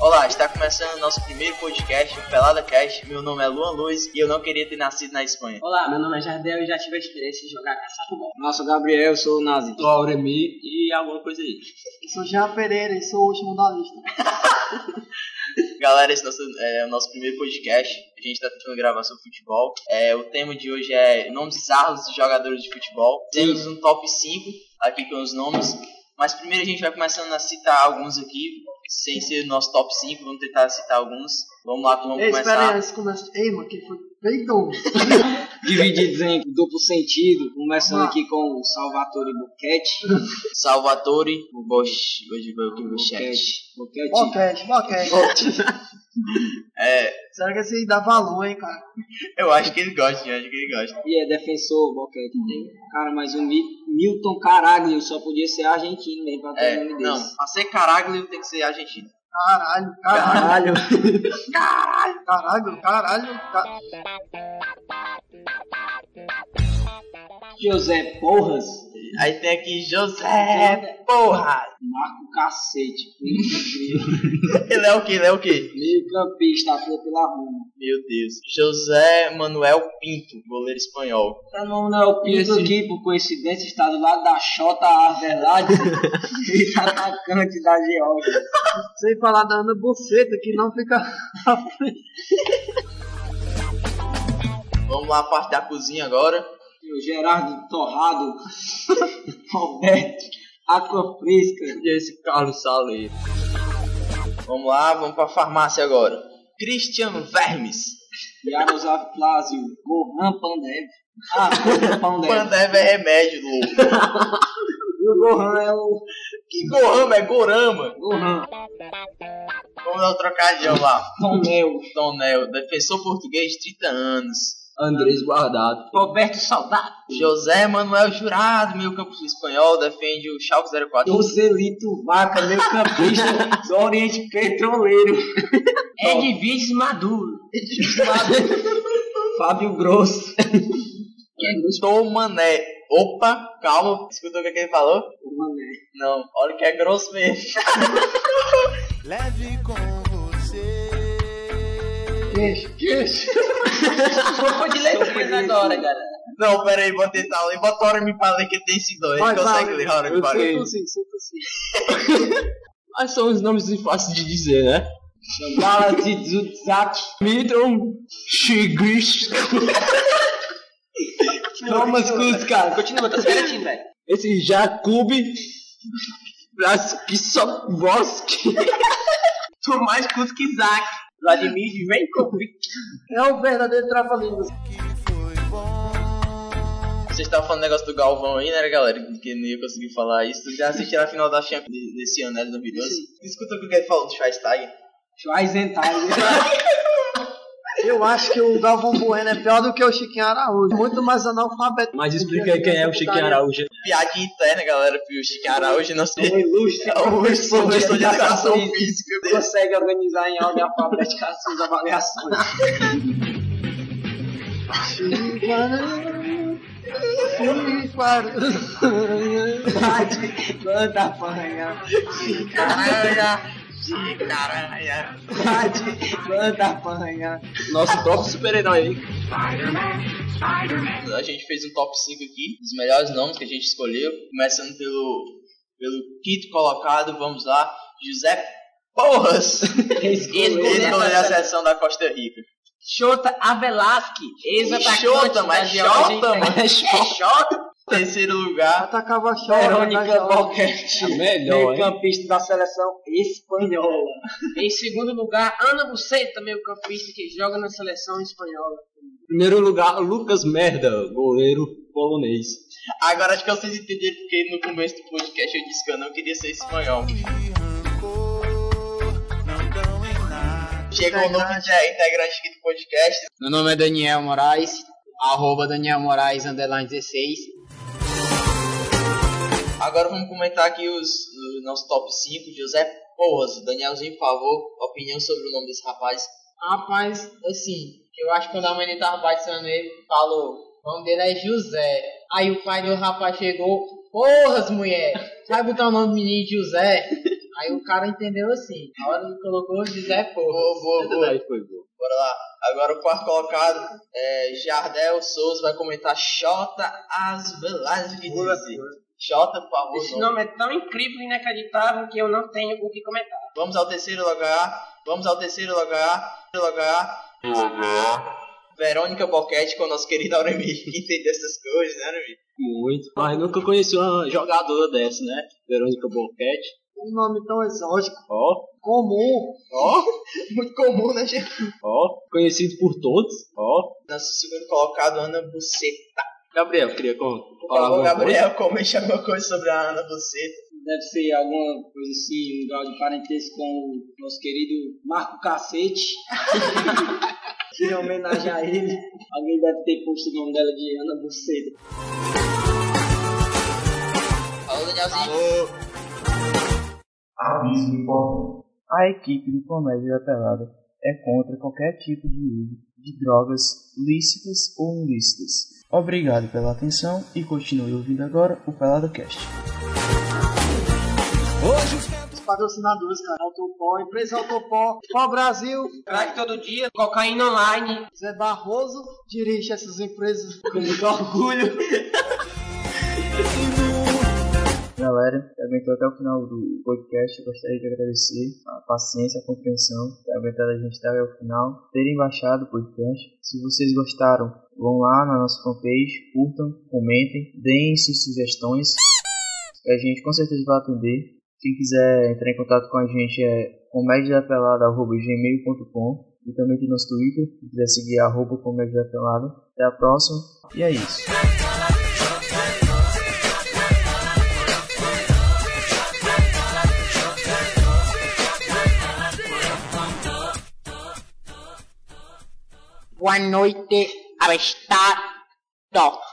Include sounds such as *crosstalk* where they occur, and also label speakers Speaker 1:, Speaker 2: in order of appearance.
Speaker 1: Olá, está começando nosso primeiro podcast, o Pelada Cast. Meu nome é Luan Luiz e eu não queria ter nascido na Espanha.
Speaker 2: Olá, meu nome é Jardel e já tive a experiência de jogar caça-futebol.
Speaker 3: Nossa, Gabriel, eu sou o Nazi.
Speaker 4: Sou Auremi e alguma coisa aí.
Speaker 5: Sou Jean Pereira e sou o último da lista.
Speaker 1: Galera, esse nosso, é o nosso primeiro podcast. A gente está tentando gravar sobre futebol. É, o tema de hoje é nomes bizarros de jogadores de futebol. Temos um top 5 aqui com os nomes. Mas primeiro a gente vai começando a citar alguns aqui, sem ser o nosso top 5, vamos tentar citar alguns. Vamos lá, vamos
Speaker 5: Ei, espera aí,
Speaker 1: começar.
Speaker 5: antes que comece. Ei, mano, que foi bem doido.
Speaker 3: Divididos em duplo sentido, começando
Speaker 5: Ah.
Speaker 3: aqui com o Salvatore Bocchetti.
Speaker 1: Salvatore Bosch, Bosch, Bosch, Boschetti.
Speaker 3: Bocchetti.
Speaker 5: Boquete, boquete.
Speaker 1: *laughs* É,
Speaker 5: Será que esse aí dá valor, hein, cara?
Speaker 1: eu acho que ele gosta, eu acho que ele gosta.
Speaker 3: E é defensor, Bocchetti. um Cara, mas o Mi- Milton Caraglio só podia ser argentino mesmo pra ter
Speaker 1: É,
Speaker 3: um nome
Speaker 1: não,
Speaker 3: desse.
Speaker 1: pra ser Caraglio tem que ser argentino.
Speaker 5: Caralho, caralho,
Speaker 3: Caralho.
Speaker 5: caralho, caralho. ca-
Speaker 3: José Porras.
Speaker 1: Aí tem aqui José, porra! *laughs*
Speaker 3: Marco Cacete. *laughs*
Speaker 1: Ele é o que? Ele é o que?
Speaker 3: Meio campista, atua pela Roma.
Speaker 1: Meu Deus. José Manuel Pinto, goleiro espanhol.
Speaker 3: Tá no Manuel
Speaker 4: E
Speaker 3: Pinto
Speaker 4: esse-
Speaker 3: aqui, por coincidência, está do lado da Xota *laughs* Arvelade. e atacante da Geórgia.
Speaker 5: Sem falar da Ana Buceta, que não fica.
Speaker 1: Vamos lá, a parte da cozinha agora.
Speaker 3: O Gerardo Torrado, *laughs* Roberto, Aqua Fresca,
Speaker 4: E esse Carlos Saleh.
Speaker 1: Vamos lá, vamos pra farmácia agora. Christian Vermes.
Speaker 3: Yaroslav Plásio, Gohan Pandev. Ah,
Speaker 2: *laughs*
Speaker 3: Gohan Pandev.
Speaker 1: Pandev é remédio, louco.
Speaker 3: E o Gohan é o
Speaker 1: Que gorama, é gorama.
Speaker 3: Gohan
Speaker 1: Vamos dar o trocadilho lá.
Speaker 3: Tonel,
Speaker 1: Tonel, defensor português, 30 anos.
Speaker 4: Andrés Guardado.
Speaker 3: Roberto Saudade,
Speaker 1: José Manuel Jurado, meio campo espanhol, defende o Schalke 04.
Speaker 3: Joselito Vaca, meu campista *laughs* do Oriente
Speaker 2: *laughs*
Speaker 3: Petroleiro. Edviges Maduro, *laughs* Fábio Grosso.
Speaker 1: Tom um Mané. Opa, calma, escutou o que que ele falou?
Speaker 4: Um
Speaker 3: O Mané.
Speaker 1: Não, olha que é grosso mesmo.
Speaker 6: Leve com você.
Speaker 5: Queixo, queixo.
Speaker 2: Trocou de letrinhas agora, galera.
Speaker 1: Não, pera aí, vou tentar ler. Bota o Orme pra ler que ele tem esse dois. Ele
Speaker 5: Vai, vai,
Speaker 1: consegue
Speaker 5: vai.
Speaker 1: ler Orme
Speaker 4: Eu
Speaker 1: pra ler.
Speaker 4: sei.
Speaker 5: Sim, sim, sim.
Speaker 4: *laughs* Mas são os nomes fáceis de dizer, né?
Speaker 3: Gala Zizudzak,
Speaker 4: Milton Chigris.
Speaker 1: *laughs*
Speaker 3: Thomas Kuzka.
Speaker 2: Continua, tá se garantindo, velho.
Speaker 4: Esse Jakub
Speaker 1: *laughs*
Speaker 4: Blaskisovski.
Speaker 2: Tomás Kuskizak. Vladimir Venkovic.
Speaker 5: É o verdadeiro trava-línguas.
Speaker 6: Que foi bom.
Speaker 1: Vocês estavam falando do negócio do Galvão aí, né, galera? Que nem ia conseguir falar isso. Vocês já assistiram a final da Champions de- desse ano, né, do 2012? Escuta o que ele falou do Schweinsteiger.
Speaker 3: Schweizenthal.
Speaker 5: Eu acho que o Galvão Bueno é pior do que o Chiquinho Araújo. Muito mais analfabeto.
Speaker 4: Mas explica aí quem é o
Speaker 2: Tá, né?
Speaker 4: Chiquinho Araújo.
Speaker 1: Piadinha interna, galera, porque o Chiquinho Araújo não
Speaker 3: O
Speaker 1: sei.
Speaker 3: ilustre
Speaker 1: É o professor de educação física.
Speaker 3: consegue organizar em ordem alfabética as suas avaliações. Bate, planta, apanha.
Speaker 1: Caralho, Chiquinho, caralho.
Speaker 3: Bate, planta, apanha.
Speaker 4: Nosso próprio super-herói. hein?
Speaker 1: A gente fez um top 5 aqui, dos melhores nomes que a gente escolheu. Começando pelo, pelo quinto colocado, vamos lá, José Porras. Ele
Speaker 2: Goleiro
Speaker 3: é
Speaker 1: goleiro
Speaker 2: da
Speaker 1: a seleção da Costa Rica.
Speaker 2: Xota Avelasque. Ex-atacante
Speaker 1: Xota,
Speaker 2: da
Speaker 3: é
Speaker 1: mas
Speaker 2: Geórgia.
Speaker 1: Xota, mas Xota. Terceiro lugar,
Speaker 5: Atacava Tá a tá chola.
Speaker 3: Verônica
Speaker 5: atacava-
Speaker 3: Boquete.
Speaker 4: é Melhor, hein?
Speaker 3: campista da seleção espanhola.
Speaker 2: Em segundo lugar, Ana Buceta, meio campista que joga na seleção espanhola.
Speaker 4: Primeiro lugar, Lucas Merda, goleiro polonês.
Speaker 1: Agora acho que vocês entenderam porque no começo do podcast eu disse que eu não queria ser espanhol.
Speaker 6: E rancor não dão em nada.
Speaker 1: Chegou o novo inte- integrante aqui do podcast.
Speaker 3: Meu nome é Daniel Moraes, arroba Daniel Moraes, underline 16.
Speaker 1: Agora vamos comentar aqui os, o nosso top 5. José Porras, Danielzinho, por favor, opinião sobre o nome desse rapaz.
Speaker 2: Rapaz, assim, eu acho que quando a mãe dele tava batizando ele, falou, o nome dele é José. é Aí o pai do rapaz chegou, porras, mulher, vai botar o nome do menino de José? Aí o cara entendeu assim. A hora que colocou o José Porras.
Speaker 1: Boa, boa, boa.
Speaker 4: Aí foi boa.
Speaker 1: Bora lá. Agora o quarto colocado é Jardel Souza vai comentar Xota As Velazes de Dizzy. Xota, por favor.
Speaker 3: Esse
Speaker 1: nome.
Speaker 3: nome é tão incrível e inacreditável que eu não tenho o que comentar.
Speaker 1: Vamos ao terceiro lugar. Vamos ao terceiro lugar. Terceiro lugar. Verônica Boquete com o nosso querido Auremi, *laughs* que entendeu essas coisas, né, Auremi?
Speaker 4: Muito. Mas nunca conheci uma jogadora dessa, né? Verônica Boquete.
Speaker 5: Um nome tão exótico,
Speaker 4: Ó,
Speaker 5: comum.
Speaker 1: Ó, *laughs* muito comum, né, gente?
Speaker 4: ó. Conhecido por todos. Ó.
Speaker 1: Nosso segundo colocado, Ana Buceta.
Speaker 4: Gabriel, queria con-
Speaker 1: Por
Speaker 4: falar
Speaker 1: favor,
Speaker 4: alguma coisa?
Speaker 1: Gabriel, comente alguma coisa sobre a Ana Buceta.
Speaker 3: Deve ser alguma coisa assim, um grau de parentesco com o nosso querido Marco
Speaker 4: *laughs*
Speaker 3: Cacete. Em homenagem a ele. Alguém deve ter posto o nome dela de Ana Buceta.
Speaker 1: Alô, Danielzinho.
Speaker 7: Aviso importante. A equipe do Comédia da Pelada é contra qualquer tipo de uso de drogas lícitas ou ilícitas. Obrigado pela atenção e continue ouvindo agora o Pelada Cast.
Speaker 5: Os patrocinadores, cara. Autopó, empresa Autopó, Pó Brasil.
Speaker 3: Crack todo dia, cocaína online.
Speaker 5: Zé Barroso dirige essas empresas.
Speaker 7: Galera, que aguentou até o final do podcast, eu gostaria de agradecer a paciência, a compreensão, que aguentaram a gente até o final, terem baixado o podcast. Se vocês gostaram, vão lá na nossa fanpage, curtam, comentem, deem suas sugestões, que a gente com certeza vai atender. Quem quiser entrar em contato com a gente é comediadapelada.gmail.com e também tem nosso Twitter, se quiser seguir arroba comédia da pelada. Até a próxima e é isso.
Speaker 2: Boa noite, abestado.